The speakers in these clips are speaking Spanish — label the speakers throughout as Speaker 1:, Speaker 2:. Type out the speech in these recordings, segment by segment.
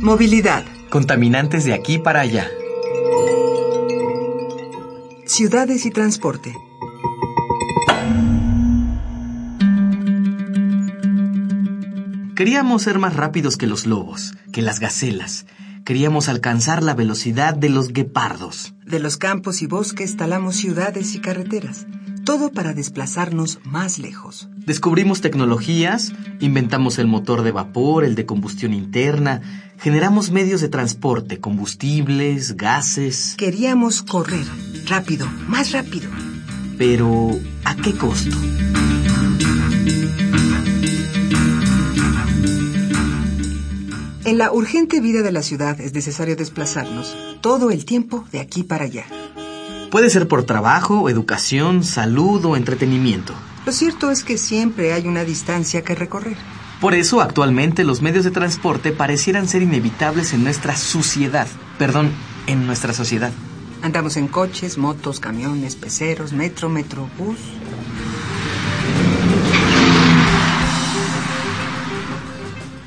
Speaker 1: Movilidad.
Speaker 2: Contaminantes de aquí para allá.
Speaker 1: Ciudades y transporte.
Speaker 2: Queríamos ser más rápidos que los lobos, que las gacelas. Queríamos alcanzar la velocidad de los guepardos.
Speaker 1: De los campos y bosques talamos ciudades y carreteras. Todo para desplazarnos más lejos.
Speaker 2: Descubrimos tecnologías, inventamos el motor de vapor, el de combustión interna, generamos medios de transporte, combustibles, gases.
Speaker 1: Queríamos correr. Rápido, más rápido.
Speaker 2: Pero, ¿a qué costo?
Speaker 1: En la urgente vida de la ciudad es necesario desplazarnos todo el tiempo de aquí para allá.
Speaker 2: Puede ser por trabajo, educación, salud o entretenimiento.
Speaker 1: Lo cierto es que siempre hay una distancia que recorrer.
Speaker 2: Por eso actualmente los medios de transporte parecieran ser inevitables en nuestra sociedad. Perdón, en nuestra sociedad.
Speaker 1: Andamos en coches, motos, camiones, peceros, metro, metrobús.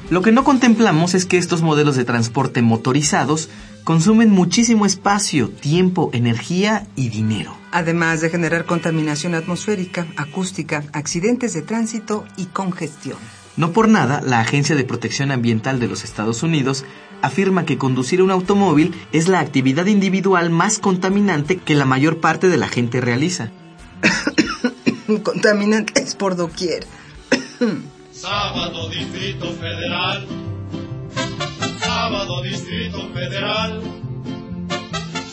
Speaker 2: Lo que no contemplamos es que estos modelos de transporte motorizados consumen muchísimo espacio, tiempo, energía y dinero.
Speaker 1: Además de generar contaminación atmosférica, acústica, accidentes de tránsito y congestión.
Speaker 2: No por nada, la Agencia de Protección Ambiental de los Estados Unidos afirma que conducir un automóvil es la actividad individual más contaminante que la mayor parte de la gente realiza.
Speaker 1: Contaminantes por doquier.
Speaker 3: Sábado Distrito Federal. Sábado Distrito Federal.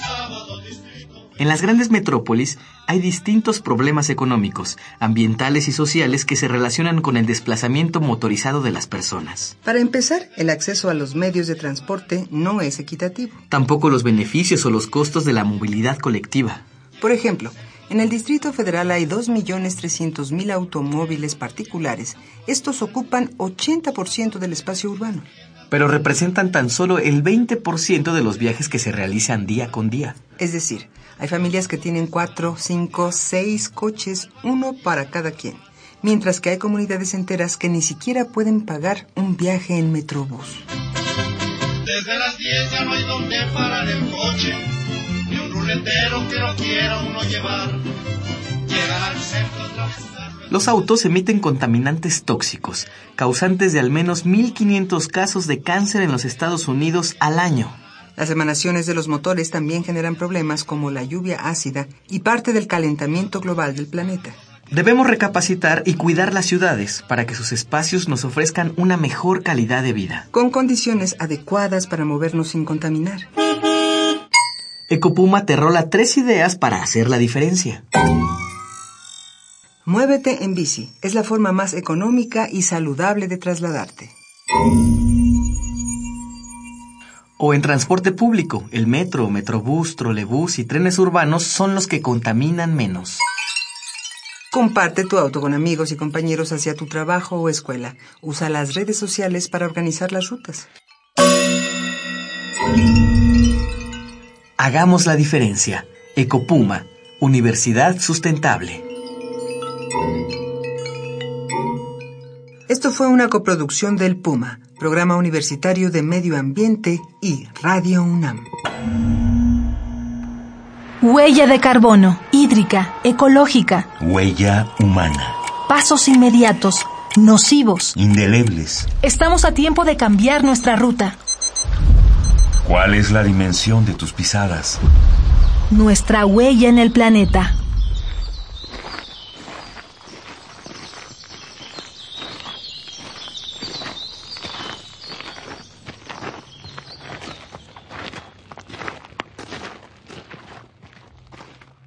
Speaker 3: Sábado Distrito
Speaker 2: En las grandes metrópolis hay distintos problemas económicos, ambientales y sociales que se relacionan con el desplazamiento motorizado de las personas.
Speaker 1: Para empezar, el acceso a los medios de transporte no es equitativo.
Speaker 2: Tampoco los beneficios o los costos de la movilidad colectiva.
Speaker 1: Por ejemplo, en el Distrito Federal hay 2.300.000 automóviles particulares. Estos ocupan 80% del espacio urbano.
Speaker 2: pero representan tan solo el 20% de los viajes que se realizan día con día.
Speaker 1: Es decir, hay familias que tienen 4, 5, 6 coches, uno para cada quien. Mientras que hay comunidades enteras que ni siquiera pueden pagar un viaje en metrobús.
Speaker 3: Federal. Desde las 10 ya no hay donde parar el coche. Ni un ruletero que no quiera uno llevar. Llegar al centro otra vez tarde.
Speaker 2: Los autos emiten contaminantes tóxicos, causantes de al menos 1.500 casos de cáncer en los Estados Unidos al año.
Speaker 1: Las emanaciones de los motores también generan problemas como la lluvia ácida y parte del calentamiento global del planeta.
Speaker 2: Debemos recapacitar y cuidar las ciudades para que sus espacios nos ofrezcan una mejor calidad de vida.
Speaker 1: Con condiciones adecuadas para movernos sin contaminar.
Speaker 2: Ecopuma te rola tres ideas para hacer la diferencia.
Speaker 1: Muévete en bici. Es la forma más económica y saludable de trasladarte.
Speaker 2: O en transporte público, el metro, metrobús, trolebús y trenes urbanos son los que contaminan menos.
Speaker 1: Comparte tu auto con amigos y compañeros hacia tu trabajo o escuela. Usa las redes sociales para organizar las rutas.
Speaker 2: Hagamos la diferencia. Ecopuma, Universidad Sustentable.
Speaker 1: Esto fue una coproducción del Puma, Programa Universitario de Medio Ambiente y Radio UNAM.
Speaker 4: Huella de carbono, hídrica, ecológica,
Speaker 5: Huella humana.
Speaker 4: pasos inmediatos, nocivos.
Speaker 5: Indelebles.
Speaker 4: Estamos a tiempo de cambiar nuestra ruta,
Speaker 5: ¿Cuál es la dimensión de tus pisadas?
Speaker 4: nuestra huella en el planeta.